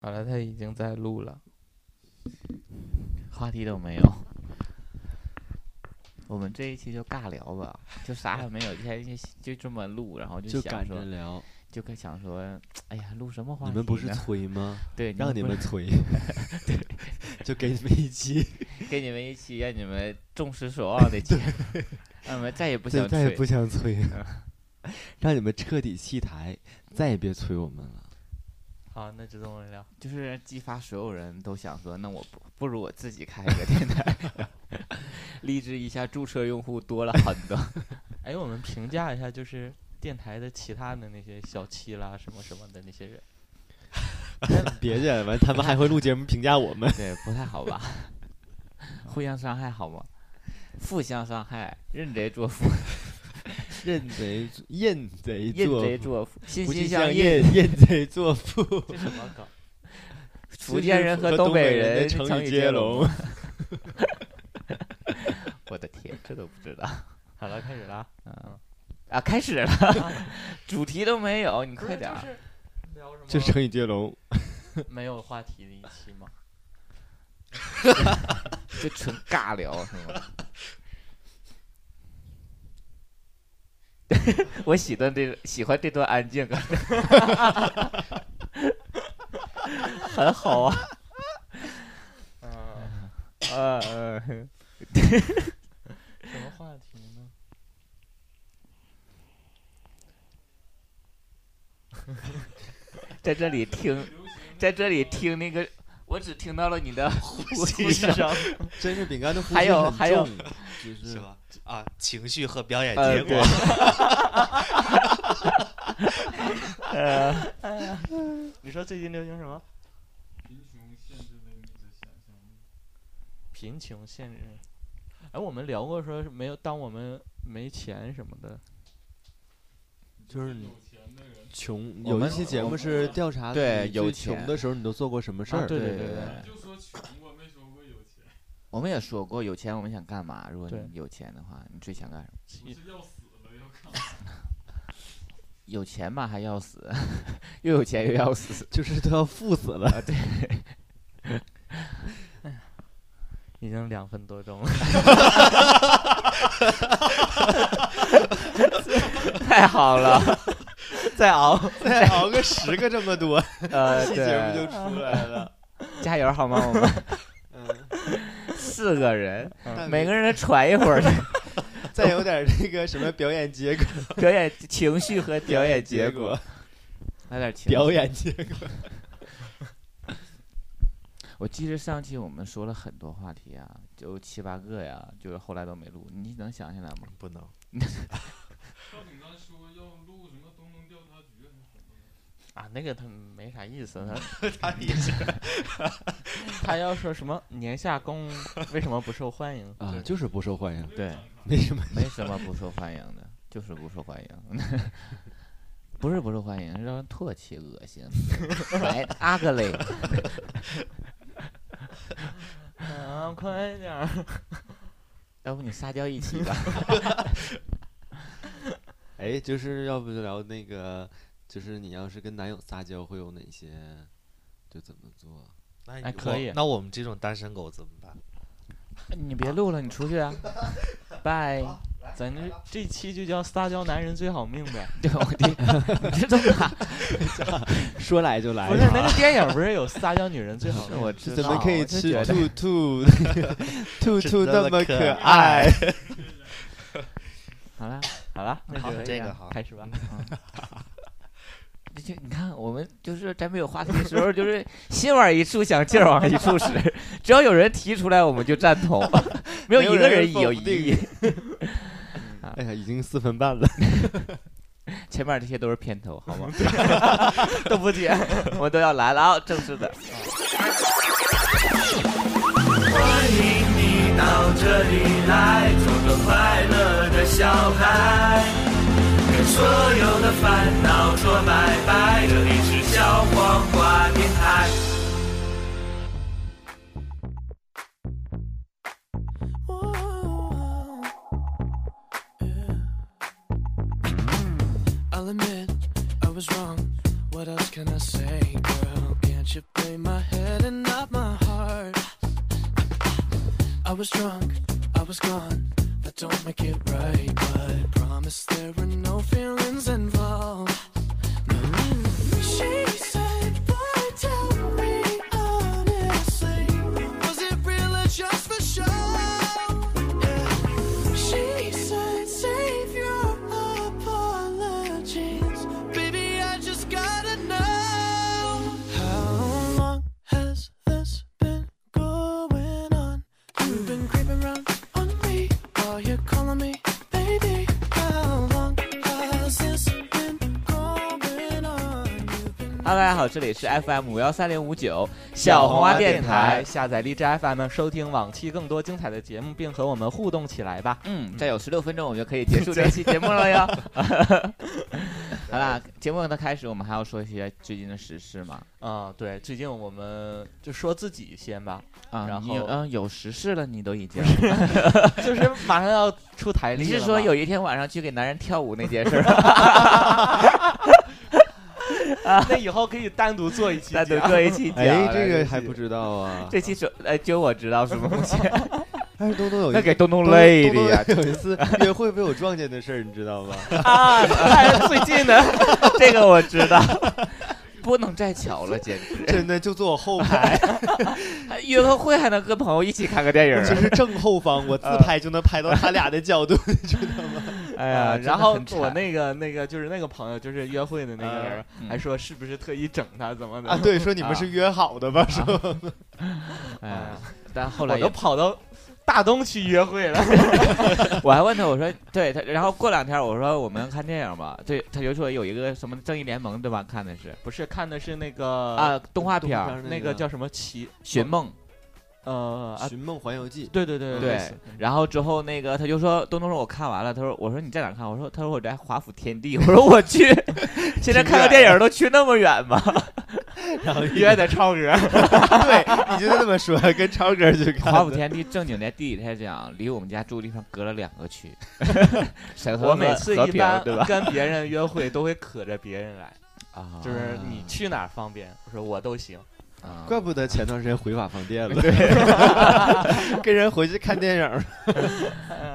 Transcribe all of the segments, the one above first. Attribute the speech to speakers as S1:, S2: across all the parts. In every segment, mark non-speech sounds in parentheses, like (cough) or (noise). S1: 好了，他已经在录了。
S2: 话题都没有。我们这一期就尬聊吧，就啥也没有，就就这么录，然后
S3: 就
S2: 想
S3: 赶
S2: 说
S3: 着，聊。
S2: 就跟想说，哎呀，录什么话题
S3: 你
S2: 呢？
S3: 们不是催吗？ (laughs)
S2: 对，
S3: 让你
S2: 不
S3: 们
S2: 是
S3: 催，就给你们一期，
S2: 给你们一期让你
S3: (laughs)
S2: 们重拾所望的节 (laughs) 目，让你们再也不
S3: 就
S2: 想
S3: 再也
S2: 吹。
S3: (laughs) 不想催嗯了， (laughs) 让你们彻底弃台，再也别催我们了。
S1: 好，那就这么聊。
S2: 就是激发所有人都想说，那我不不如我自己开一个电台，
S3: (laughs)
S2: 励志一下，注册用户多 (laughs) 了很多。
S1: 哎，我们评价一下，就是电台的其他的那些小七啦、什么什么的那些 (laughs) 人。
S3: (laughs) 别人完，他们还会录节目评价我们。
S2: 对，不太好吧？互相伤害好吗？互相伤害，认贼作父，
S3: (laughs) 认 (laughs) 贼认贼
S2: 认
S3: 作
S2: 贼
S3: 父，
S2: 作父，心
S3: 不
S2: 心
S3: 计
S2: 相
S3: 相
S2: 印。
S3: 印，认贼作父。
S1: 这什么梗？
S2: 福建人
S3: 和
S2: 东
S3: 北
S2: 人
S3: 的成
S2: 语
S3: 接
S2: 龙。
S3: 龙。 (laughs)
S2: 我的天，这都不知道
S1: 好了，开始了 (laughs) 啊。
S2: (laughs) 啊！开始了，主题都没有，你快点儿。
S1: 是聊什么
S3: 就是成语接龙，
S1: 没有话题的一期 (laughs) 吗？
S2: 就纯尬聊是吗？ (laughs) 我喜欢这喜欢这段安静啊感， (laughs) 很好啊。
S1: 嗯，
S2: 呃，呃
S1: 什么话题呢？
S2: 在这里听，在这里听那个，我只听到了你的呼吸声。
S3: (laughs) 真是饼干的呼
S2: 还
S3: 吸
S2: 有
S3: 很
S2: 还有
S3: 重，就是
S4: 是吧？啊，情绪和表演
S2: 呃，
S4: 结
S2: 对
S4: 果，。
S1: 你说最近流行什么？贫穷限制了你的想象力。贫穷限制。哎，我们聊过说是没有，当我们没钱什么的。
S3: 就是你穷，
S2: 我
S3: 有一
S2: 们
S3: 期节
S2: 我
S3: 目
S2: 们
S3: 是调查
S2: 对
S3: 你
S2: 有
S3: 最
S2: 钱
S3: 穷的时候你都做过什么事儿、
S1: 啊对
S2: 对
S1: 对对
S2: 对，
S5: 就说穷过，没说过有钱，
S2: 我们也说过，有钱我们想干嘛？如果
S1: 对
S2: 你有钱的话，你最想干什么？
S5: 不是要死了要看。
S2: (laughs) 有钱嘛，还要死，又有钱又要死。
S3: 就是都要富死了。
S1: 已经两分多钟了，
S2: 太好了， (laughs) 再熬，
S3: 再熬个十个 (laughs) 这么多，
S2: 呃，
S3: 期节目就
S2: 对，
S3: 出来了。
S2: 加油好吗？我们
S3: 嗯，
S2: 四个人，
S3: 但
S2: 每个人喘一会儿，
S3: 再有点那个什么表演结果，
S2: 表演情绪和表演结果，来点情绪。
S3: 表演结果。
S2: 我记得上期我们说了很多话题啊，就七八个呀，就是后来都没录，你能想起来吗？
S4: 不能。
S5: 赵饼干说要录什么东东调查局还是什么的，
S1: 啊，那个他没啥意思。他
S4: (laughs) 他也是
S1: (laughs) 他要说什么年下攻为什么不受欢迎？
S3: 啊，就是不受欢迎，
S2: 对，
S3: (laughs) 没什么。
S2: 没什么不受欢迎的，就是不受欢迎。 (laughs) 不是不受欢迎，是让人唾弃、恶心，来阿个嘞！
S1: 啊，快点儿！
S2: 要不你撒娇一起吧？
S3: 哎，就是要不就聊那个，就是你要是跟男友撒娇会有哪些，就怎么做？
S4: 那
S1: 哎
S4: 你
S1: 可
S4: 我
S1: 以
S4: 那我们这种单身狗怎么办？
S2: 你别录了，你出去啊！拜。 (laughs)
S1: 咱这这期就叫撒娇男人最好命呗。
S2: 对，我的， (laughs) 你这都哪？
S3: 说来就来
S1: 不是那个电影不是有撒娇女人最好
S2: 是
S1: 命？
S2: 我
S3: 哎这
S2: 知
S3: 怎么
S2: 道
S3: 可以
S2: 我就
S3: 吃
S2: 觉得
S3: 兔 (laughs) 兔？兔
S4: 真
S3: 兔
S4: 的
S3: 那么
S4: 可
S3: 可爱，
S2: 好了，
S1: 好了，那
S4: 好
S1: 就
S4: 这
S1: 样
S4: 个好
S1: 开始吧。
S2: 这嗯 (laughs) 就你看，我们就是在没有话题的时候，就是心往一处想，劲儿往一处使，只要有人提出来，我们就赞
S3: (laughs)
S2: 同，没有
S3: 没有
S2: 一个
S3: 人
S2: 人
S3: 否
S2: 有疑
S3: 定
S2: 义。
S3: 哎呀，已经四分半了。
S2: 前面这些都是片头，好吗？ (laughs) 都不剪，我们都要来了啊！正式的，
S6: 欢迎你到这里来，做个快乐的小孩，跟所有的烦恼说拜拜。这里是小黄瓜电台。
S7: I'll admit I was wrong. What else can I say, girl? Can't you blame my head and not my heart. I was drunk, I was gone. That don't make it right, but promise there were no feelings involved. No. She said, "Boy, tell me honestly, was it real or just for show?" Yeah. She said, "Save your apologies, baby. I just gotta know." How long has this been going on? You've been creeping around on me while you're calling me baby. How long has this been going on? You've been
S2: 哈喽，大家好，这里是 FM 五幺三零五九小红花电台。
S1: 下载荔枝 FM 收听往期更多精彩的节目，并和我们互动起来吧。
S2: 嗯，再有十六分钟，我们就可以结束这期节目了哟。好啦，节目的开始，我们还要说一些最近的时事嘛。
S1: 嗯，对，最近我们就说自己先吧，
S2: 啊，
S1: 然
S2: 你有
S1: 后
S2: 嗯有时事了，你都已经。
S1: 就是马上要出台历
S2: 你
S1: 了嘛。
S2: 是说有一天晚上去给男人跳舞那件事儿？
S1: 那以后可以单独做一期
S2: 单独
S1: 节目
S2: 做一期 (laughs) 讲。
S3: 哎，这个还不知道啊！
S2: 这期首呃，就我知道是吗？目前
S3: 哎，东东有
S2: 那啊
S3: 一
S2: 给东东
S3: 东
S2: 累
S3: 东
S2: 的呀！
S3: 东 (laughs) 有一次约会被我撞见的事儿，你知道吗？
S2: (laughs) 啊，哎最近的 (laughs) 这个我知道， (laughs) 不能再巧了，简直！
S3: 真的就坐我后
S2: 哎
S3: 排，
S2: 还 (laughs) 约个会还能跟朋友一起看个 (laughs) 电影啊
S3: 就
S2: 儿，
S3: 是正后方，我自
S2: 嗯
S3: 拍就能拍到他俩的角度，你知道吗？
S2: 哎
S1: 啊
S2: 呀，真的
S1: 然后
S2: 很惨
S1: 我那个那个就是那个朋友，就是约会的那个人，
S2: 嗯
S1: 还说是不是特意整他怎么的？
S3: 啊，对，说你们是约好的吧？ (laughs) 说
S2: 啊
S1: 啊
S2: 哎呀，但后
S1: 我
S2: 来
S1: 都
S2: 也
S1: 跑到大东去约会了。
S2: 我还问他，我说对他，然后过两天我说我们看电影吧，对他就说有一个什么正义联盟对吧？看的是
S1: 不是看的是那个
S2: 啊，动画片
S3: 动画片
S2: 儿
S3: 儿
S2: 《
S1: 那个叫什么奇
S2: 寻梦》，
S1: 呃
S3: 《
S1: 啊，
S3: 寻梦环
S2: (laughs)
S3: 游记
S1: 对对对
S2: 对，然后之后那个他就说东东说我看完了，他说我说你在哪儿看？我说他说我在华府天地，我 (laughs) 说我去，现在看个电影都去那么远吗？ (laughs) 然后约的超哥，》，
S3: 对，你就这么说，跟超
S2: (laughs)
S3: 哥去看的
S2: 华府天地正经在地理上讲，离我们家住的地方隔了两个 (laughs) 区，沈河
S1: 我
S2: 和
S1: 每次
S2: 和
S1: 一
S2: 平
S1: 般
S2: 对吧？
S1: 跟别人约会都会可着别人来，
S2: 啊
S1: 就是你去哪儿方便，我说我都行。
S2: 啊
S3: 怪不得前段时间回法放电了，对，
S2: (laughs)
S3: 跟人回去看电影儿。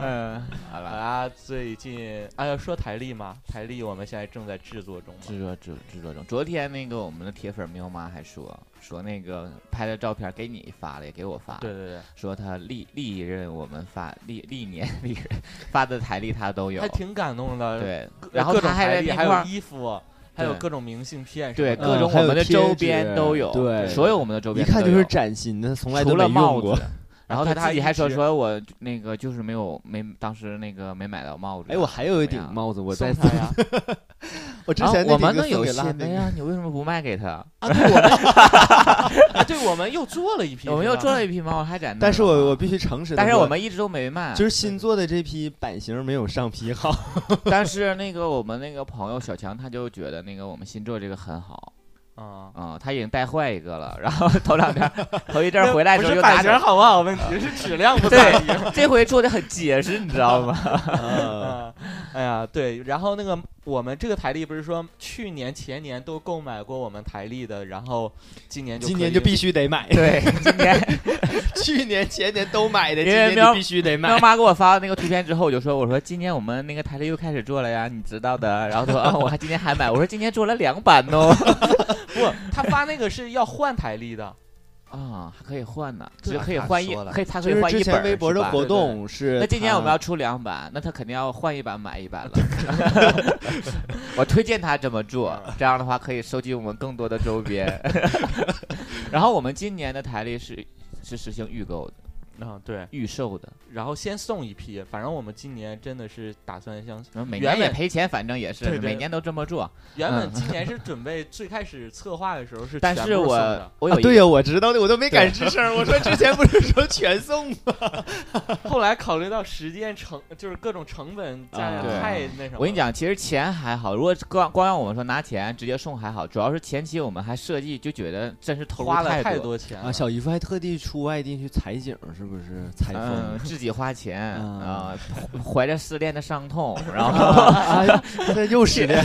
S2: 嗯，好
S1: 好
S2: 了，
S1: 啦，啊最近哎呀，说台历嘛，台历我们现在正在制作中嘛。
S2: 制作制制作中，昨天那个我们的铁粉喵妈还说说那个拍的照片给你发了，也给我发了，
S1: 对对对，
S2: 说他历历任我们发历历年 (laughs) 历人发的台历他都有
S1: 还，挺感动的。，
S3: 嗯
S2: 对，然后
S1: 各种
S2: 他还
S1: 台
S2: 在
S1: 历，
S2: 那
S1: 还
S2: 块
S1: 有
S2: 儿
S1: 衣服，还有
S2: 对
S1: 各种明信片什么
S2: 对
S1: 的，
S2: 各种
S3: 还
S2: 我
S3: 有
S2: 们的
S3: 贴
S2: 周
S3: 纸
S2: 边都有，
S3: 对
S2: 所有我们的周
S3: 一
S2: 边
S3: 看
S2: 都
S3: 就是
S2: 有
S3: 崭新的，从来
S2: 除
S3: 都没
S2: 了帽
S3: 用过
S2: 子。。
S3: (laughs)
S2: 然后
S1: 对
S2: 他
S1: 他
S2: 自己
S1: 一
S2: 还说
S1: 直
S2: 说我那个就是没有没当时那个没买到帽子。啊
S3: 哎，我还有一顶
S2: 怎么样
S3: 帽子，我
S1: 送
S3: 在
S1: 他呀。
S3: 我之 (laughs)
S2: 啊
S3: 前那
S2: 我
S3: 顶
S2: 们
S3: 就
S2: 能有
S3: 送给拉
S2: 新
S3: 那
S2: 的
S3: 个
S2: 呀，你为什么不卖给他？
S1: 啊，对我们啊，对我们又做了一批，
S2: (laughs) 我们又
S1: 是吧
S2: 做了一批猫，还在那儿呢嘛。
S3: 但是我
S2: (laughs)
S3: 我必须诚实地
S2: 嗯
S3: 说，
S2: 啊但是我们一直都没卖。
S3: 就是新做的这批版型没有上批好，
S2: 但是那个我们那个朋友小强他就觉得那个我们新做这个很好。
S1: 啊。
S2: 嗯，他已经带坏一个了，然后头两天头一阵儿回来之
S1: 不
S2: 后
S1: 是
S2: 又
S1: 版
S2: 拿
S1: 型
S2: 着，
S1: 好不好？问题是质量不在于。
S2: 对，这回做的很结实，你知道吗？
S3: (laughs) 啊
S1: 啊， (laughs) 哎呀，对，然后那个我们这个台历不是说去年前年都购买过我们台历的，然后今年就
S3: 今
S1: 可
S3: 年
S1: 以
S3: 就必须得买。
S2: 对，今天
S3: (laughs) 去年前年都买的，
S2: 因
S3: 今
S2: 为
S3: 年
S2: 喵
S3: 就必须得买
S2: 喵。妈给我发那个图片之后，我就说，我说今年我们那个台历又开始做了呀，你知道的。然后他说，啊，我还今天还买，我说今天做了两版哦。 (laughs)
S1: 不，他发那个是要换台历的，
S2: 啊，还可以换呢，
S4: 对
S2: 只可以
S4: 他
S2: 换一
S4: 说，了
S2: 可以他可
S3: 就
S2: 以
S3: 是
S2: 换
S3: 之
S2: 一本
S3: 前
S2: 儿。
S3: 微博
S2: 是
S3: 的
S2: 吧
S3: 活动是，啊
S2: 那今年我们
S3: 他
S2: 要出两版，那他肯定要换一版买一
S3: (laughs)
S2: 版了。我推荐他这么做，这样的话可以收集我们更多的周
S3: (laughs)
S2: 边。然后我们今年的台历是是实行预购的、
S1: 嗯，对，
S2: 预售的，
S1: 然后先送一批，反正我们今年真的是打算像
S2: 然后每
S1: 原
S2: 年也
S1: 本
S2: 赔钱，反正也是
S1: 对对
S2: 每年都这么做。
S1: 原本今年是准备最开始策划的时候是
S2: 嗯但
S1: 全
S2: 是
S1: 部送
S2: 我
S1: 的
S2: 我有
S3: 啊
S2: 一
S3: 对
S2: 个
S3: 呀，我知道的，我都没敢吱声。我说之前不是说全送吗？
S1: 后来考虑到时间成就是各种成本加
S3: 啊对
S1: 太那什么，
S2: 我跟你，讲，其实钱还好，如果光光让我们说拿钱直接送还好，主要是前期我们还设计就觉得真是投入
S1: 花了
S2: 太
S1: 多钱
S3: 啊，小姨夫还特地出外地去采景是是不是采
S2: 嗯
S3: (laughs) 风，？
S2: 自己花钱
S3: 嗯
S2: 啊，怀着失恋的伤痛，
S1: (laughs)
S2: 然后
S3: 哎这又失恋，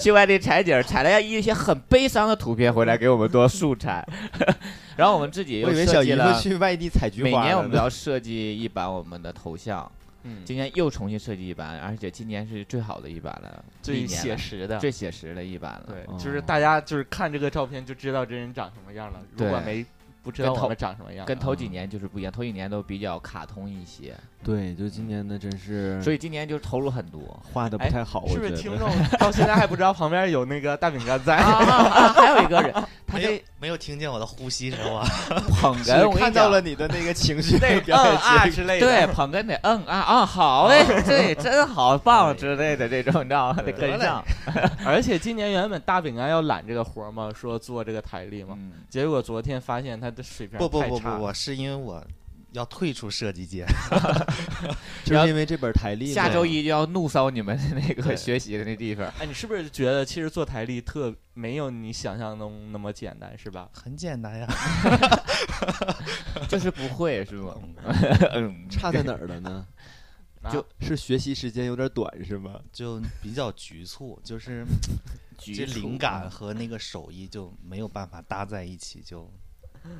S2: 去外地采景，采了一些很悲伤的图片回来给我们做素材， (laughs) 然后我们自己 (laughs)
S3: 我
S2: 又
S3: 以为
S2: 设
S3: 小
S2: 计
S3: 姨夫
S2: 了。
S3: 去外地采菊
S2: 每
S3: 花
S2: 年
S3: 了
S2: 我们都
S3: 呢
S2: 要设计一版我们的头像，
S1: 嗯，
S2: 今年又重新设计一版，而且今年是最好的一版了，历
S1: 最
S2: 年
S1: 写
S2: 了、
S1: 实的，
S2: 最写实的一版了。
S1: 对，
S3: 哦
S1: 就是大家就是看这个照片就知道这人长什么样了。如
S2: 对
S1: 果没不知道
S2: 跟头
S1: 我们长什么样，
S2: 跟头几年就是不一样，头几年都比较卡通一些，
S3: 对，就今年的真是，
S2: 所以今年就投入很多。
S3: 画的不
S1: 哎
S3: 太好，
S1: 是
S3: 我
S1: 不是
S3: 觉
S1: 听
S3: 得
S1: 众到现在还不知道旁边有那个大饼干在？ (laughs)
S2: 啊，啊 (laughs) 还有一个人，他
S4: 没
S2: 这
S4: 有没有听见我的呼吸是吗？
S2: 捧
S3: 只
S2: 哏，我跟你
S3: 看到
S2: 讲
S3: 了你的那个
S2: (laughs)
S3: 情绪
S2: 对
S3: 表
S2: 嗯啊
S3: 演结
S1: 之类的，
S2: 对，捧哏得嗯啊啊好嘞，对，真好棒之类的这种，你知道吗？得跟上。
S1: 而且今年原本大饼干要揽这个活儿嘛，说做这个台历嘛，
S2: 嗯，
S1: 结果昨天发现他的水平
S4: 不不
S1: 太
S4: 不
S1: 差
S4: 不不，是因为我要退出设计界。
S3: 就
S2: 然后
S3: 是因为这本台历
S2: 下
S3: 嘛
S2: 周一就要怒骚你们的那个
S1: 对
S2: 学习的那地方。
S1: 哎，你是不是觉得其实做台历特没有你想象中那么简单，是吧？
S4: 很简单呀，
S2: 就是不会是吗？嗯，
S3: (laughs) 差在哪儿了呢？
S2: 就是
S3: 学习时间有点短是吗？
S4: (laughs) 就比较局促，就是这
S2: 局促
S4: 灵感和那个手艺就没有办法搭在一起，就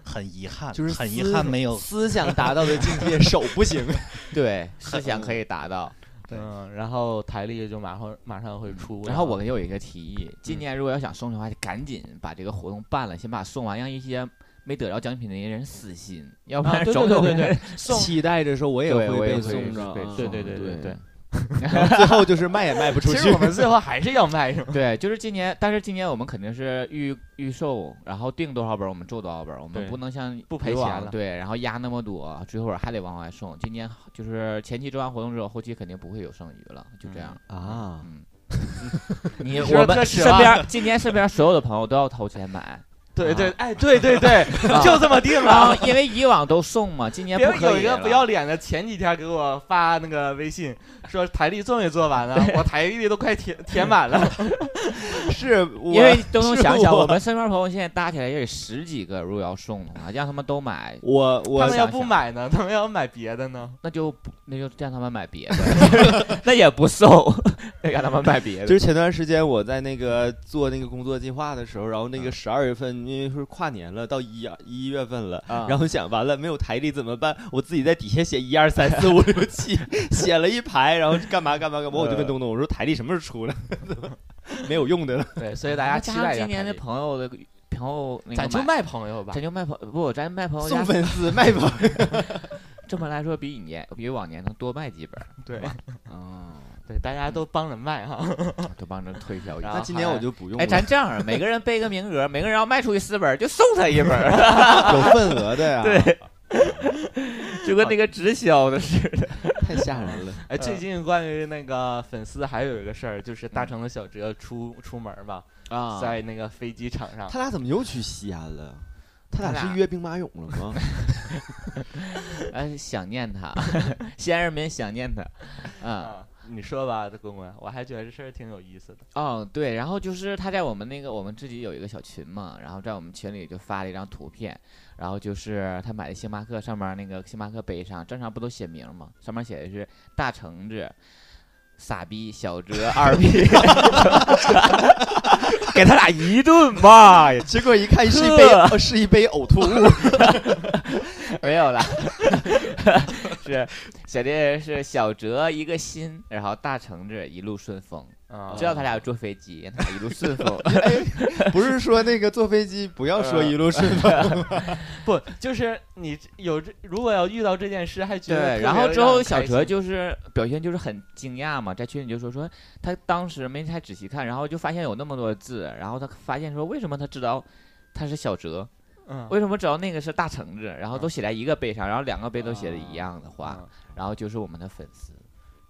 S4: 很遗憾，
S3: 就是
S4: 很遗
S3: 思
S4: 憾没有
S3: 思想达到的
S4: (laughs)
S3: 境界，手不行。
S2: 对思想可以达到。
S4: 对
S1: 嗯，然后台历就马上马上会出，
S2: 然后
S4: 啊
S2: 我又有一个提议，今
S4: 嗯
S2: 年如果要想送的话，就赶紧把这个活动办了，先把送完，让一些没得着奖品的那些人死心，要不
S1: 啊
S2: 然
S1: 对
S2: 总
S1: 对
S2: 有
S1: 对对
S2: 人
S3: 期待着说我也
S2: 对我
S3: 会
S2: 也
S3: 被
S2: 会
S3: 送着啊，
S2: 被
S1: 对对对对对
S3: 对。然后最后就是卖也卖不出
S1: 其
S3: 去
S1: 实我。
S3: (laughs)
S1: 们最后还是要卖，是吗？
S2: (laughs) 对，就是今年，但是今年我们肯定是预预售，然后定多少本儿我们做多少本儿，我们
S1: 对
S2: 不能像
S1: 不赔
S2: 以
S1: 钱
S2: 往
S1: 了
S2: 对，然后压那么多，最后还得往外送。今年就是前期做完活动之后，后期肯定不会有剩余了，就这样。
S3: 啊，
S1: (laughs)
S2: 嗯，你 (laughs)
S1: 说这
S2: 我们
S1: 实
S2: 身
S1: 话
S2: 边儿今年身边所有的朋友都要掏钱
S1: (laughs)
S2: 买，
S1: 对对，哎，对对对，就这么定
S2: 然后
S1: 了。
S2: 因为以往都送嘛，今年
S1: 别
S2: 不
S1: 有
S2: 可
S1: 一
S2: 以
S1: 个
S2: 了
S1: 不要脸的，前几天给我发那个微信说台历做没做完呢？我台历都快填填满
S2: (laughs)
S1: 了。
S3: 是我
S2: 因为东东
S3: 是
S2: 想想，
S3: 我
S2: 我们身边朋友现在搭起来也得十几个，如果要送的话，让他们都买，
S3: 我
S1: 他
S3: 我
S1: 们要
S2: 想
S1: 不
S2: 想
S1: 买呢？他们要买别的
S2: (laughs)
S1: 呢？
S2: 那就不那就让他们买别的， (laughs) 那也不送，那让他们买别
S3: 就
S2: 的。
S3: 是前段时间我在那个做那个工作计划的时候，然后那个十二月份因为是跨年了，到一一月份了，
S2: 啊
S3: 然后想完了没有台历怎么办？我自己在底下写一二三四五六七， (laughs) 写了一排，然后干嘛干嘛干嘛，我就问东东我说台历什么时候出来？ (laughs) 没有用的了，
S1: 对，所以大家期待一下
S2: 今年
S1: 台
S2: 的
S1: 历。
S2: 朋友的朋友那个
S1: 咱就卖朋友吧
S2: 咱，就卖朋不，咱卖朋友
S3: 送
S2: 家
S3: 粉丝卖吧。
S2: 这么来说，比以年比往年能多卖几本儿，
S1: 对
S3: 哦，
S1: 对，大家都帮着卖
S2: (laughs)
S1: 哈。
S2: 都帮着推销一
S1: 然
S2: 下
S1: 后。
S3: 那今年我就不用
S2: 哎，
S3: 了，
S2: 咱这样儿，每个人背个名额，每个人要卖出去四本儿，就送他一本 (laughs) 儿，
S3: 有份额的呀， (laughs) 对，
S2: 就跟那个直销的似的。
S3: 太吓人了。
S1: 哎，最近关于那个粉丝还有一个事儿，就是
S2: 嗯
S1: 大成和小哲出出门儿吧，
S3: 啊
S1: 在那个飞机场上，
S3: 他俩怎么又去西安了？他
S2: 他
S3: 俩
S2: 俩
S3: 是约兵马俑了吗？
S2: 哎，想念 (laughs) 他，西安人民想念他。嗯，
S1: 啊，你说吧，公公，我还觉得这事儿挺有意思的。
S2: 哦，对，然后就是他在我们那个我们自己有一个小群嘛，然后在我们群里就发了一张图片，然后就是他买的星巴克上面那个星巴克杯上，正常不都写名吗？上面写的是大橙子。傻逼小哲二逼， (laughs) 给他俩一顿骂呀！
S3: (laughs) 结果一看是一杯，
S2: 呵
S3: 呃是一杯呕吐物。
S2: 没有啦， (laughs) 是写的是小哲一个心，然后大橙子一路顺风。
S1: 啊，
S2: 知道他俩坐飞机，让他俩一路顺风。
S3: 不是说那个坐飞机不要说一路顺风，
S1: 不就是你有这，如果要遇到这件事，还觉得
S2: 对，
S1: 特别
S2: 然后之
S1: 让
S2: 后
S1: 人
S2: 小
S1: 开
S2: 哲
S1: 心
S2: 就是表现就是很惊讶嘛，在群里就说说他当时没太仔细看，然后就发现有那么多字，然后他发现说为什么他知道他是小哲，
S1: 嗯
S2: 为什么知道那个是大橙子，然后都写在一个杯上，然后两个杯都写的一样的话，
S1: 啊嗯
S2: 然后就是我们的粉丝。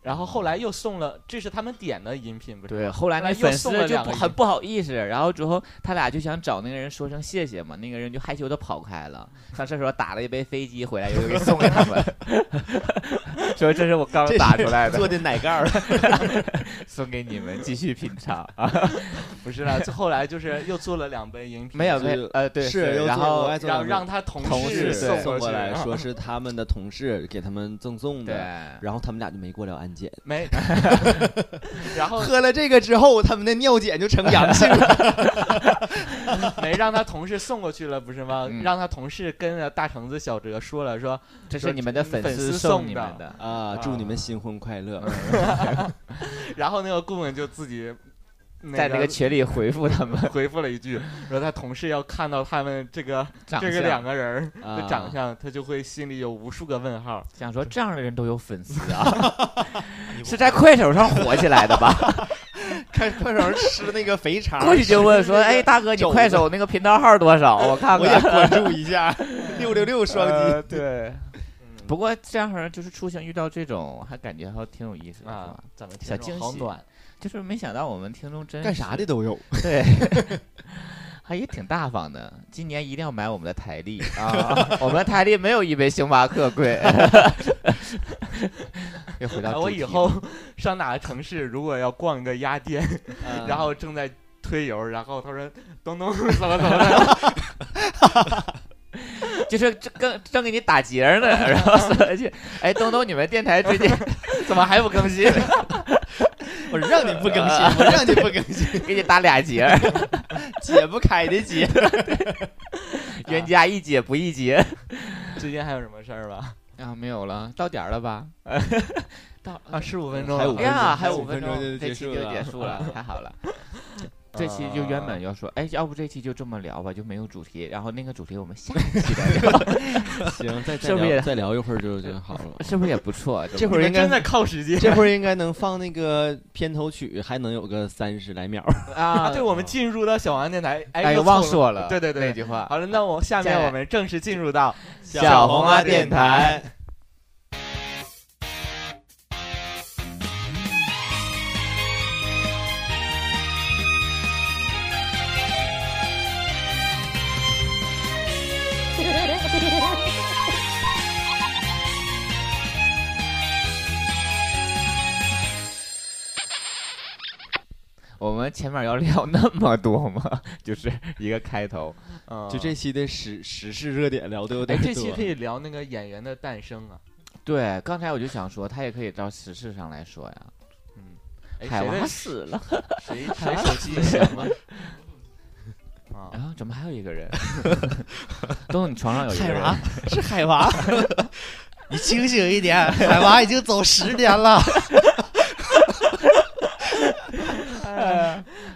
S1: 然后后来又送了，这是他们点的饮品，不是？
S2: 对，后来那
S1: 又
S2: 粉
S1: 送
S2: 丝
S1: 了
S2: 就
S1: 两
S2: 不
S1: 个
S2: 很
S1: 亿
S2: 不好意思，然后之后他俩就想找那个人说声谢谢嘛，那个人就害羞的跑开了，上厕所打了一杯飞机回来又给送给他们， (laughs) 说这是我刚打出来
S3: 做
S2: 的，
S3: 的奶盖儿，
S2: 送给你们继续品尝啊，
S1: 不
S2: (laughs)
S1: 是了，后来就是又做了两杯饮品，
S2: 没有
S3: 就
S2: 没
S3: 是
S2: 有呃对
S3: 是又
S2: 然
S3: 做额
S2: 后
S3: 外做
S1: 让
S3: 两杯
S1: 让他同
S2: 同
S1: 事
S2: 事
S1: 送
S2: 对
S3: 送过
S1: 去
S3: 来
S1: 啊
S3: 说是他们的同事给他们赠送
S2: 对
S3: 的，然后他们俩就没过了安检。
S2: (laughs)
S1: 没，然后
S3: 喝了这个之后，他们的尿检就成阳性了。
S1: 没让他同事送过去了，不是吗？
S2: 嗯
S1: 让他同事跟着大橙子小哲说了，说
S2: 这是
S1: 说
S2: 你们的粉
S1: 粉丝
S2: 送
S1: 送
S2: 你
S1: 的
S2: 们的，
S3: 啊！祝你们新婚快乐！
S1: 然后那个顾问就自己、那
S2: 在那个群里回复他们 (laughs)
S1: 回复了一句，说他同事要看到他们这个
S2: 长
S1: 这个
S2: 相
S1: 两个人儿的
S3: 啊
S1: 长相，他就会心里有无数个问号。
S2: 想说这样的人都有粉丝啊， (laughs) 是在快手上火起来的吧？
S3: 看快手上吃那个肥肠
S2: (laughs) 过去就问 (laughs) 说：“哎，大哥，你
S3: 肘子
S2: 快手那个频道号多 (laughs) 少？我看
S3: (laughs) 我也
S2: 看。
S3: 关注一下，六六六”双
S2: (laughs)
S3: 击。
S2: 呃对。不过这样好像就是出行遇到这种，还感觉还挺有意思的，是
S1: 啊
S2: 吧，
S1: 咱们
S2: 小惊
S1: 好
S2: 喜
S1: 暖，
S2: 就是没想到我们听众真
S3: 干啥的
S2: 是
S3: 都有，
S2: (laughs) 对，还也挺大方的。今年一定要买我们的台历啊！我们的台历没有一杯星巴克贵。 (laughs) 又回到
S1: 啊我
S2: 主
S1: 以
S2: 题
S1: 后上哪个城市，如果要逛一个鸭店，然后正在推油，然后他说东东怎么怎么的，
S2: (laughs) 就是正正正给你打结呢，然后说去，哎，东东，你们电台最近 (laughs) 怎么还不更新？ (laughs)
S3: 我让你不更 (laughs) 新，我让你不更新，
S2: 给你打俩结儿，
S3: 解不开的结。
S2: 冤家宜解不宜结。
S1: 最近还有什么事儿吧？
S2: 啊，没有了，到点儿了 (laughs) 吧？到
S1: 啊，十五分钟
S3: 还有
S1: 了
S3: 五
S2: 哎
S3: 分
S2: 呀，
S3: 钟
S2: 还有
S3: 五
S2: 五分
S3: 分钟就
S2: 这
S3: 结
S2: 期
S3: 束
S2: 就
S3: 了
S2: 结束
S3: (laughs)
S2: 了，太好了。 (laughs) 这期就原本要说，哎，要不这期就这么聊吧，就没有主题。然后那个主题我们下一期再聊，
S3: (laughs) 行，再
S2: 是
S3: 再
S2: 不是也
S3: 聊再聊一会儿就就好了。
S2: 是不是也不错？ (laughs) 这
S3: 这
S2: 不
S3: 会儿应
S1: 真的
S3: 该
S1: 靠时间。
S3: (laughs) 这会儿应该能放那个片头曲，还能有个三十来秒。
S1: 啊，
S2: 啊，
S1: 对，我们进入到小王电台，
S2: 哎，
S1: 又
S2: 忘
S1: 错
S2: 说了，
S1: 对对
S2: 那
S1: 对。
S2: 句话。
S1: 好了，那我下
S2: 下
S1: 面
S2: 来
S1: 我们正式进入到
S2: 小红花电台，我们前面要聊那么多吗？ (laughs) 就是一个开头，
S1: 嗯
S3: (laughs) 就这期的时时事热点聊的有
S1: 哎，
S3: 点多。
S1: 这期可以聊那个演员的诞生啊，
S2: 对，刚才我就想说，他也可以到时事上来说呀。
S1: 嗯，哎，
S2: 海
S1: 谁
S2: 娃
S1: 的
S2: 死了，
S1: 谁谁手机响了？
S2: (laughs)
S1: 啊
S2: 然，后怎么还有一个
S3: (laughs)
S2: 人？东东，你床上有一个
S4: 海
S2: 人
S4: 娃是海娃， (laughs) 你清醒一点，海娃已经走十年了。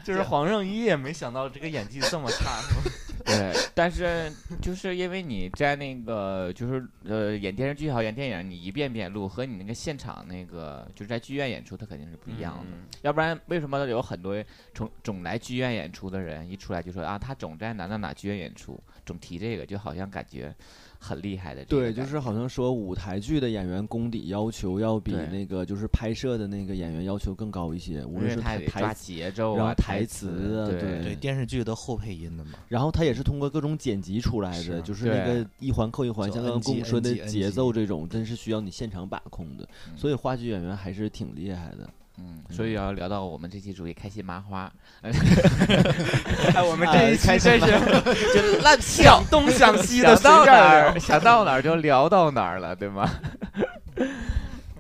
S1: 就是黄圣依，也没想到这个演技这么差，是吗？
S2: (laughs) 对，但是就是因为你在那个就是呃演电视剧也好演电影，你一遍遍录和你那个现场那个就是在剧院演出，它肯定是不一样的。
S1: 嗯
S2: 要不然为什么有很多总总来剧院演出的人一出来就说啊，他总在哪哪哪剧院演出，总提这个，就好像感觉很厉害的这个
S3: 对，
S2: 感觉。
S3: 就是好像说舞台剧的演员功底要求要比
S2: 对
S3: 那个就是拍摄的那个演员要求更高一些，无
S2: 因
S3: 论
S2: 为
S3: 是
S2: 他
S3: 台
S2: 也得抓
S3: 台词，
S2: 节奏
S3: 然
S2: 啊、
S3: 后
S2: 台
S3: 台词啊
S2: 对
S3: 对
S4: 对，电视剧都后配音的嘛，
S3: 然后他也是通过各种剪辑出来的，
S4: 是
S3: 就是那
S2: 对
S3: 个一环扣一环，
S4: 就
S3: 像刚刚
S4: NG
S3: 公说的
S4: NG
S3: 节奏这种，真是需要你现场把控的，
S2: 嗯
S3: 所以话剧演员还是挺厉害的。
S2: 嗯，所以要聊到我们这期主题开心麻 (laughs) 花，
S1: 哎，我们这一期真是
S2: (laughs) 就烂笑
S1: 想，东想西的，
S2: 想
S1: 随
S2: 到
S1: 便
S2: 哪
S1: 聊
S2: 儿。想到哪儿就聊到哪儿了，对吗？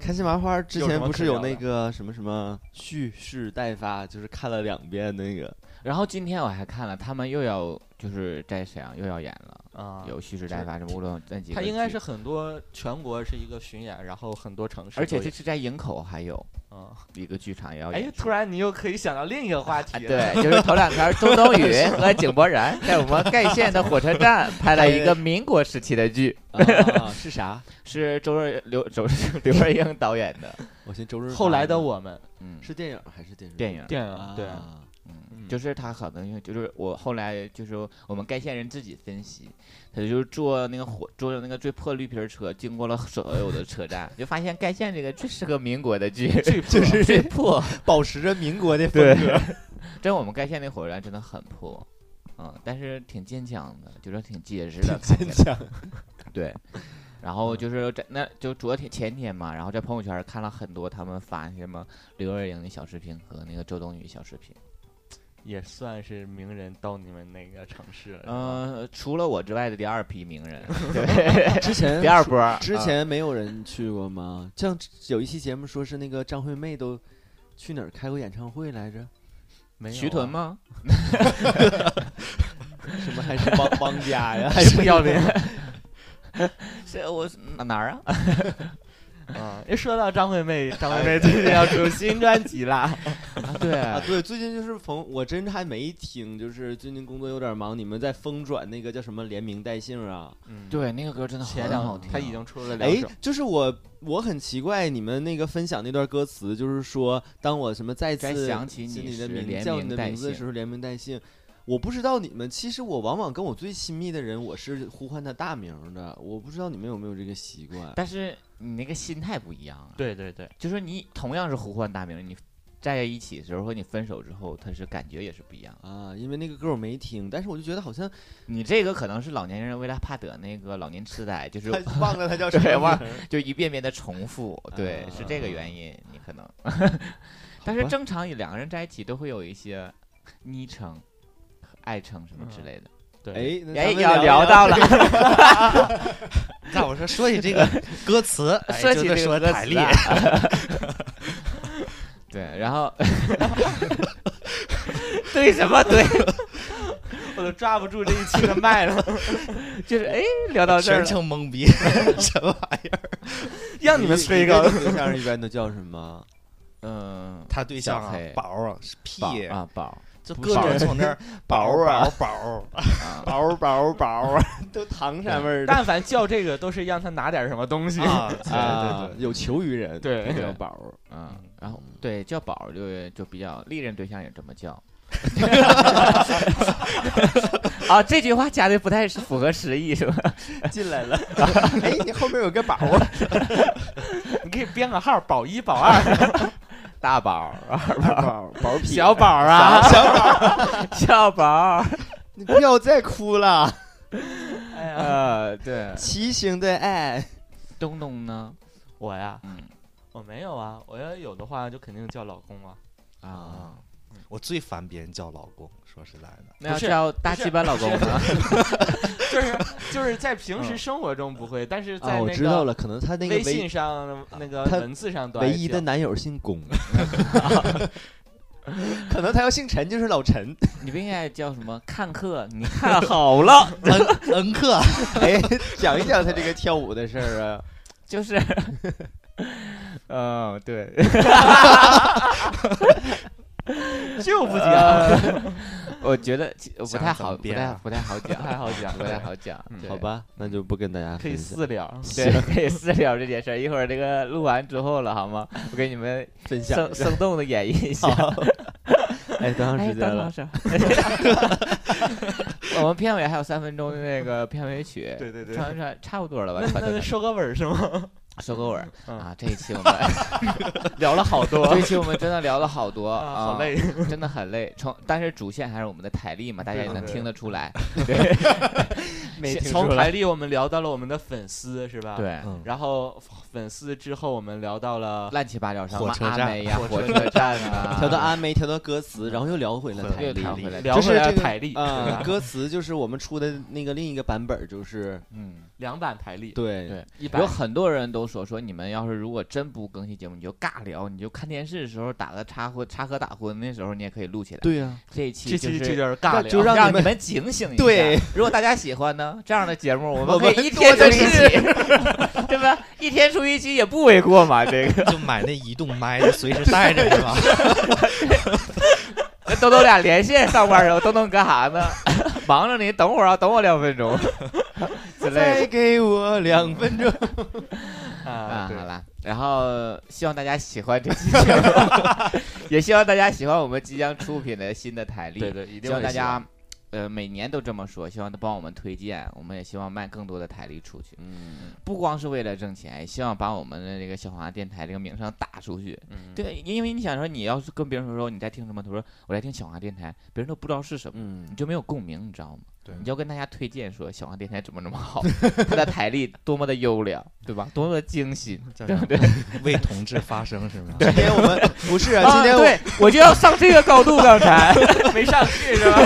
S3: 开心麻花之
S1: 有什
S3: 前
S1: 么
S3: 不
S1: 可
S3: 是有
S1: 聊的
S3: 那个什么什么蓄势待发，就是看了两遍那个，
S2: (laughs) 然后今天我还看了，他们又要就是在沈阳又要演了，
S1: 啊，
S2: 有蓄势待发什么乌龙那几个
S1: 他应该
S2: 剧
S1: 是，很多全国是一个巡演，然后很多城市都
S2: 而
S1: 有，
S2: 且这次在营口还有
S1: 啊，
S2: 一个剧场也要演
S1: 哎，
S2: 出。
S1: 突然你又可以想到另一个话题
S2: 啊，
S1: 了，
S2: 对，就是头两天周冬雨和井柏然在我们盖县的火车 (laughs) 站拍了一个民国时期的剧， (laughs)
S3: 啊、是啥？
S2: 是周润刘周 (laughs) 刘若英导 (laughs) 演的，
S3: 我寻周润发
S1: 后来的我们
S2: 嗯，
S3: 是电影还是电视剧？
S2: 电影。
S1: 电
S3: 啊
S1: 影对，
S2: 嗯
S1: 嗯
S2: 就是他可能就是我后来就是我们盖县人自己分析，他就是坐那个火坐的那个最破绿皮儿车，经过了所有的车站，就发现盖县这个最适合民国的剧， (laughs)
S1: 最
S2: 就
S1: 破
S2: 是最 (laughs) 破。
S3: 保持着民国的风
S2: 对
S3: 格。
S2: 真我们盖县那火车站真的很破，嗯，但是挺坚强的，就是挺结实的，
S3: 真强，
S2: 对。然后就是在那就昨天前天嘛，然后在朋友圈看了很多他们发什么刘若英的小视频和那个周冬雨小视频。
S1: 也算是名人到你们那个城市了。是吧
S2: 嗯、除了我之外的第二批名
S1: (laughs)
S2: 人，对，
S3: 之前
S2: 第二波儿。
S3: 之
S2: 啊
S3: 前没有人去过吗？像有一期节目说是那个张惠妹都去哪儿开过演唱会来着？
S1: 没有
S2: 徐屯
S1: 啊？
S2: 吗？
S3: 什么还是汪汪家呀？还
S2: 不
S3: 是
S2: 要脸。 (laughs) 是我哪哪儿啊？
S1: 啊，
S2: 哎
S1: 一说到张惠妹，张惠妹最近要出新专辑啦。
S2: (laughs) 啊对
S3: (laughs)
S1: (laughs)
S3: 啊？对，最近就是冯，我真还没听，就是最近工作有点忙，你们在疯转那个叫什么连名带姓啊？
S1: 嗯，
S2: 对，那个歌真的
S1: 前
S2: 很
S1: 两
S2: 好听。啊
S1: 他已经出了两
S3: 哎
S1: 首，，
S3: 就是我我很奇怪你们那个分享那段歌词，就是说当我什么再
S2: 该
S3: 次
S2: 想起
S3: 是
S2: 你
S3: 你的
S2: 时
S3: 名
S2: 连
S3: 叫你
S2: 名
S3: 的
S2: 带
S3: 名字的时
S2: 姓。
S3: 候连名带姓。我不知道你们，其实我往往跟我最亲密的人，我是呼唤他大名儿的。我不知道你们有没有这个习惯。
S2: 但是你那个心态不一样啊，
S1: 对对对，
S2: 就是你同样是呼唤大名，你在一起的时候和你分手之后，他是感觉也是不一样的。
S3: 啊，因为那个歌我没听，但是我就觉得好像
S2: 你这个可能是老年人为了怕得那个老年痴呆，就是
S3: 他忘了他叫什
S2: 对
S3: 么
S2: 忘
S3: 名儿
S2: (laughs) 就一遍遍的重复，对，
S3: 啊
S2: 是这个原因，你可
S3: (laughs)
S2: 能。但是
S3: 吧
S2: 正常，两个人在一起都会有一些昵称、爱称什么之类的。
S3: 哎，那
S2: 哎，
S3: 咱们
S2: 要
S3: 聊 (laughs)
S2: 到了，
S4: 那我说说起这个歌
S2: (laughs)
S4: 词，哎
S2: 说
S4: 就
S2: 起
S4: 得
S2: 这
S4: 说
S2: 个歌
S4: 台
S2: 词
S4: 历， (laughs)
S2: 啊对，然后 (laughs) 对什么对，
S1: (laughs) 我都抓不住这一期的麦了，
S2: (laughs) 就是哎，聊到这儿
S4: 全
S2: 了
S4: 程
S2: (laughs)
S4: 懵逼，什么玩意儿？
S1: 让你们吹一个。
S3: 对象一般都叫什么？
S2: 嗯，
S4: 他对象
S2: 小
S4: 啊
S2: 黑，
S4: 宝儿啊，是屁
S2: 宝，啊宝
S4: 就
S2: 不
S4: 各
S2: 是
S4: 种从那儿 (laughs) 宝儿啊宝儿，
S2: 啊，
S3: 宝儿宝儿宝儿，都唐山味儿的。
S1: 但凡叫这个，都是让他拿点什么东西。
S4: 啊，
S3: 啊
S4: 对对，对，
S3: 有求于人，
S1: 对
S3: 叫宝儿。
S2: 嗯，然后对叫宝儿就就比较历任对象也这么
S1: (laughs)
S2: 叫。啊，这句话加的不太符合实意是吧？
S3: 进来了， (laughs) 哎，你后面有个宝 (laughs) 儿，
S1: 你可以编个号，宝一、宝
S2: (laughs)
S1: 二、
S2: 大宝儿、
S3: 宝儿宝儿屁，
S1: 小宝啊。
S2: (laughs) 小宝儿，
S3: 你不要再哭了，
S1: 哎呀，
S2: 呃，对，
S3: 畸形的爱。
S2: 东东呢？
S1: 我呀，
S2: 嗯
S1: 我没有啊，我要有的话就肯定叫老公啊。
S2: 啊，
S4: 我最烦别人叫老公，说实在的，
S2: 那要
S1: 不是
S2: 叫大鸡巴老公呢？
S1: 就是 (laughs) 就是在平时生活中不会，但是在
S3: 啊，我
S1: 那
S3: 知道
S1: 个
S3: 了，可能他那个
S1: 微
S3: 唯
S1: 信上那个
S3: 他
S1: 文字上都爱
S3: 唯一的
S1: 叫
S3: 男友姓龚， (laughs) 可能他要姓陈就是老陈。
S2: 你不应该叫什么看客？你看好了，
S4: 恩恩克，
S3: (laughs) 哎，讲一讲他这个跳舞的事儿啊。
S2: 就是，嗯，对，
S1: (laughs) 就不讲， (laughs)
S2: 呃我觉得其不太
S4: 想怎
S2: 好，
S4: 么
S2: 不
S4: 编
S2: 太
S4: 啊
S2: 不太好讲，
S1: 不太好讲
S2: 不太好讲
S1: 嗯，
S2: 对
S3: 好。吧，那就不跟大家
S1: 可以
S3: 分享
S1: 私聊。
S2: 对，可以私聊这件事儿，一会儿这个录完之后了，好吗？我给你们
S3: 分享
S2: 生
S1: (laughs)
S3: 一下。
S2: 生动的演绎一下。
S3: 哎，多长
S2: (laughs) 哎，
S3: 时间
S2: 段老
S3: 了？
S2: 师， (laughs) 我们片尾还有三分钟的那个片尾曲，
S1: (laughs) 对对对
S2: 穿穿差不多了吧？
S1: 那
S2: 穿
S1: 那
S2: 穿
S1: 那收个尾儿是吗？
S2: (laughs) 收个尾儿
S1: 嗯
S2: 啊！这一期我们
S1: (laughs) 聊了好多
S2: (laughs) 这一期我们真的聊了好多
S1: (laughs) 啊，好，累。
S2: 啊真的很累。从但是主线还是我们的台历嘛，大家也
S1: 对对
S2: 能
S1: 对
S2: 听得出
S1: (laughs)
S2: 来。
S3: 没听
S1: 从
S3: 出来
S1: 台历我们聊到了我们的粉丝是吧？。
S2: 对，
S4: 嗯
S1: 然后粉丝之后我们聊到了
S2: 乱七八糟，什么
S4: 火车
S2: 阿
S4: 站
S2: 美呀、火
S1: 火车
S2: 车站
S1: (laughs)
S2: 啊，
S3: 调到阿梅，调到歌词，然后又聊回了
S4: 回来
S3: 台
S2: 又
S3: 历。
S2: 调回来，
S1: 聊
S3: 就是
S1: 回来
S3: 这个
S1: 台历是
S3: 啊，
S1: 吧？
S3: 歌词就是我们出的那个另一个版
S1: (laughs)
S3: 本，就是
S2: 嗯，
S1: 两版台历，
S3: 对
S2: 对。
S1: 一版
S2: 有很多人都说说你们要是如果真不更新节目，你就尬聊，你就看电视的时候打个插婚插科打诨，那时候你也可以录起来。
S3: 对呀，
S2: 这一期
S1: 这期
S2: 就
S1: 这
S2: 是
S1: 就是尬
S3: 就
S1: 聊。
S3: 让
S2: 让
S3: 你们
S2: 们警醒一下。
S3: 对，
S2: 如果大家喜欢呢，这样的节目我
S3: 我
S2: 们可
S3: 们
S2: 以一天出一
S3: 多
S2: 期， (laughs) 对吧？一天出一期也不为过嘛。这个
S4: 就买那移动麦，随时带着是吧？
S2: 跟东东俩连线上班的时候，东东干啥呢？ (laughs) 忙着呢，等会儿啊，等我两分钟 (laughs) 之类
S3: 再
S2: 的。
S3: 给我两分钟。
S1: 啊
S2: 啊，
S1: 对
S2: 好啦，然后希望大家喜欢这期节目， (laughs) 也希望大家喜欢我们即将出品的新的台历。
S1: 对对，一定
S2: 希望
S1: 会
S2: 大
S1: 喜欢
S2: 家，呃，每年都这么说，希望他帮我们推荐，我们也希望卖更多的台历出去，
S1: 嗯，
S2: 不光是为了挣钱，也希望把我们的这个小黄鸭电台这个名声打出去。
S1: 嗯，
S2: 对，因为你想说，你要是跟别人说你在听什么，他说我在听小黄鸭电台，别人都不知道是什么，
S1: 嗯
S2: 你就没有共鸣，你知道吗？
S4: 对
S2: 你就要跟大家推荐说小黄鸭电台怎么怎么好， (laughs) 它的台历多么的优良，对吧？多么的精
S1: (laughs)
S2: 心，
S4: 叫
S2: 对
S4: 什
S2: 不
S4: 么
S2: 对？
S4: 为同志发声是吗？
S3: 今天我们不是啊，今天
S2: 啊、
S3: 我
S1: (laughs)
S2: 对我就要上这个高度，刚才没上去是吧？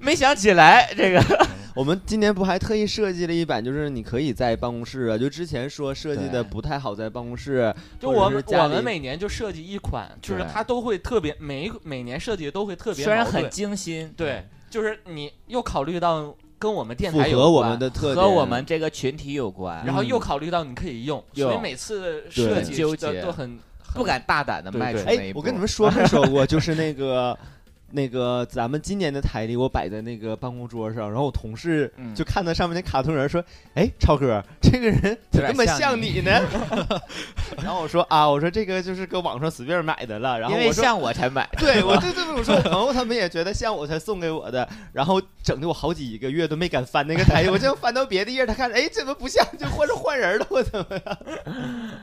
S2: 没想起来这个，
S3: 我们今年不还特意设计了一版，就是你可以在办公室啊，就之前说设计
S2: 对
S3: 的不太好在办公室，
S1: 就
S3: 或者
S1: 我
S3: 是
S1: 们
S3: 家
S1: 我
S3: 里
S1: 们每年就设计一款，就是
S2: 对
S1: 它都会特别每一每年设计的都会特别
S2: 虽然
S1: 矛盾
S2: 很精心，
S1: 对，就是你又考虑到跟我们电
S3: 嗯符
S1: 台有
S3: 合嗯我
S1: 关
S3: 们的特点，
S2: 和我们这个群体有关，嗯
S1: 然后又考虑到你可以用，
S2: 有
S1: 所以每次设计
S2: 纠
S1: 的
S2: 结
S1: 都很
S2: 不。敢大胆的
S1: 对
S2: 迈出
S1: 对
S2: 那
S3: 哎
S2: 一，步。
S3: 我跟你
S1: (laughs)
S3: 们说没说过，就是那个。那个咱们今年的台历，我摆在那个办公桌上，然后我同事
S2: 嗯
S3: 就看到上面那卡通人说：“哎，超哥，这个人怎么那么像你呢？” (laughs) 然后我说：“啊，我说这个就是搁网上随便买的了。”然后
S2: 因
S3: 我
S2: 为
S3: 说。
S2: 像我才
S3: (laughs)
S2: 买，
S3: 对我就这么说，我朋友他们也觉得像我才送给我的，然后整的我好几个月都没敢翻那个台历，我就翻到别的页，他看着哎怎么不像，就或者换人了，我怎么样？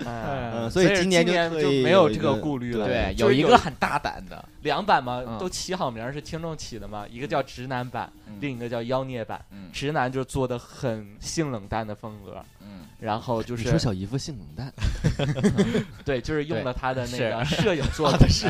S1: 嗯
S3: 嗯所以今年
S1: 就
S3: 就特意
S1: 没
S3: 有
S1: 这
S3: 一
S1: 个
S3: 个
S1: 顾虑了。
S2: 对，
S1: 就是
S2: 一
S1: 有
S2: 个很大胆的，
S1: 两版嘛，
S2: 嗯
S1: 都起好名儿是听众起的嘛，一个叫直男版，
S2: 嗯
S1: 另一个叫妖孽版。
S2: 嗯
S1: 直男就做的很性冷淡的风格，
S2: 嗯，
S1: 然后就
S3: 你
S1: 是
S3: 小姨夫性冷淡，
S1: 对，就是用了他的那
S2: 对
S1: (laughs) 个摄影做的是，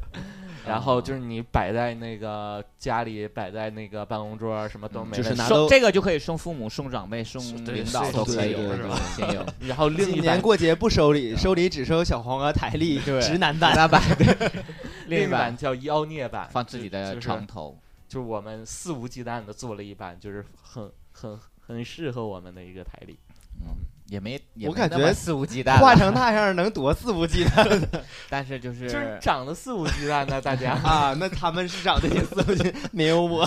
S1: (laughs) 然后就是你摆在那个家里，摆在那个办公桌儿，什么都
S2: 嗯
S1: 没
S3: 就是
S1: 问题
S3: 拿
S2: 送
S3: 都
S2: 这个就可以送父母、送长辈、送
S5: 对
S2: 领导
S5: 送
S2: 都可以，
S3: 亲友
S2: 对
S3: 是
S2: 对
S5: 吧
S2: 亲友。
S1: 然后另
S3: 今
S1: 一
S3: 年
S1: 版
S3: 过节不收礼，收礼只收小黄鹅台历，
S2: 对
S3: 直男
S2: 大
S3: 蛋。
S2: 家版，
S1: 另
S2: 另
S1: 一
S2: 一
S1: 版
S2: 版
S1: 叫妖孽版，
S2: 放自己
S1: 就
S2: 的
S1: 就是
S2: 床头，
S1: 就是我们肆无忌惮的做了一版，就是很很很适合我们的一个台历。
S2: 嗯，也没，也
S3: 我
S2: 没
S3: 感
S2: 那么
S3: 觉
S2: 肆无忌惮
S3: 画
S2: 了，
S3: 成那样能多肆无忌惮
S2: 但是就
S1: 就是
S2: 是
S1: 长得肆无忌惮的，大 (laughs) 家
S3: 啊！ (laughs) 那他们是长得也肆 (laughs) 无忌，惮，没有我。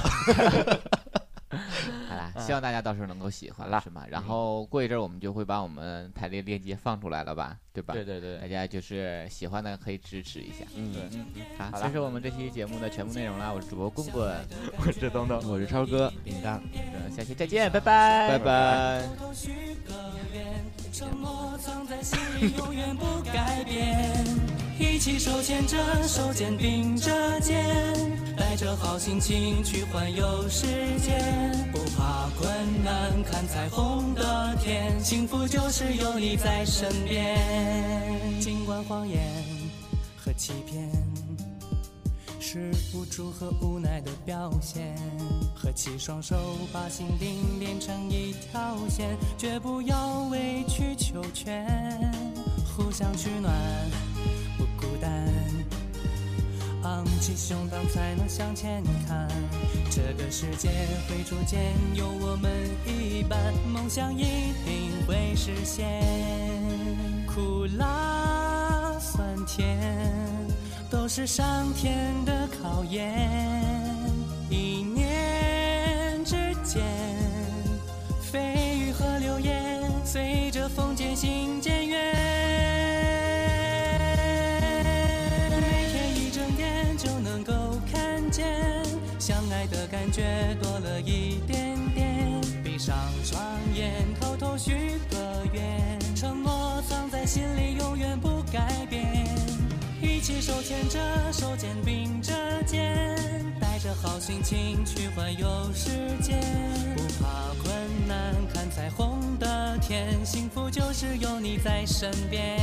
S2: 好啦，
S1: 嗯
S2: 希望大家到时候能够喜欢
S1: 好啦嗯
S2: 是吗？然后过一阵儿我们就会把我们排列链接放出来了吧，对吧？
S1: 对对
S2: 大
S1: 对，
S2: 家就是喜欢的可以支持一下。
S1: 嗯，
S2: 好，
S1: 好啦
S2: 这是我们这期节目的全部内容啦。我是主播棍棍，
S1: 我是东嗯东，
S3: 我是超哥，
S4: 林丹。
S2: 呃下期再见，拜拜，
S3: 拜拜。
S8: 偷许个愿，承诺藏在心里，永远不改变。一起手牵着手，肩并着肩，带着好心情去环游世界，不怕困难，看彩虹的天，幸福就是有你在身边。尽管谎言和欺骗。是无助和无奈的表现。合起双手，把心灵连成一条线，绝不要委曲求全，互相取暖，不孤单。昂起胸膛才能向前看，这个世界会逐渐有我们一半，梦想一定会实现。苦辣酸甜。都是上天的考验。一念之间，蜚语和流言，随着风渐行渐远。每天一睁眼就能够看见，相爱的感觉多了一点点。闭上双眼，偷偷许个愿，承诺藏在心里，永远不改变。一起手牵着手，肩并着肩，带着好心情去环游世界，不怕困难，看彩虹的天，幸福就是有你在身边。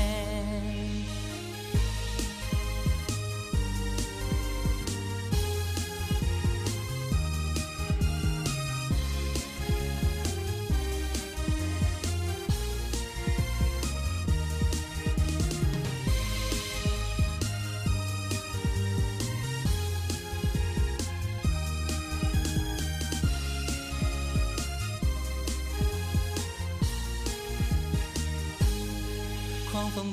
S8: 狂风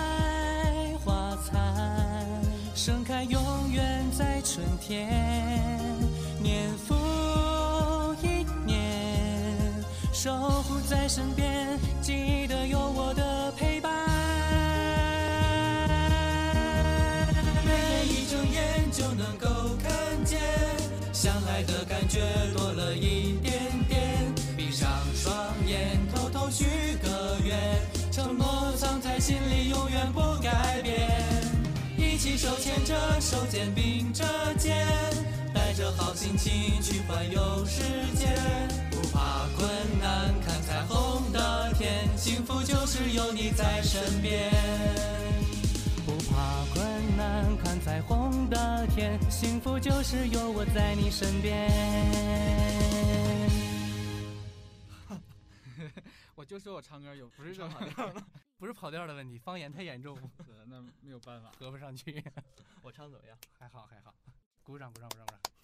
S8: 花残，盛开永远在春天，年复一年，守护在身边，记得有我的陪伴。每一睁眼就能够看见，相爱的感觉多了一点点。闭上双眼，偷偷许个愿，承诺藏在心里，永远不改变。一起手牵着手，肩并着肩，带着好心情去环游世界，不怕困难，看彩虹的天，幸福就是有你在身边。不怕困难，看彩虹的天，幸福就是有我在你身边。 (laughs)
S9: 我就说我唱歌有不是正好调儿
S8: 不是跑调的问题，方言太严重，
S9: (laughs) 对那没有办法。 (laughs)
S8: 合不上去。
S4: 我唱怎么样？
S8: 还好还好，鼓掌鼓掌鼓掌鼓掌。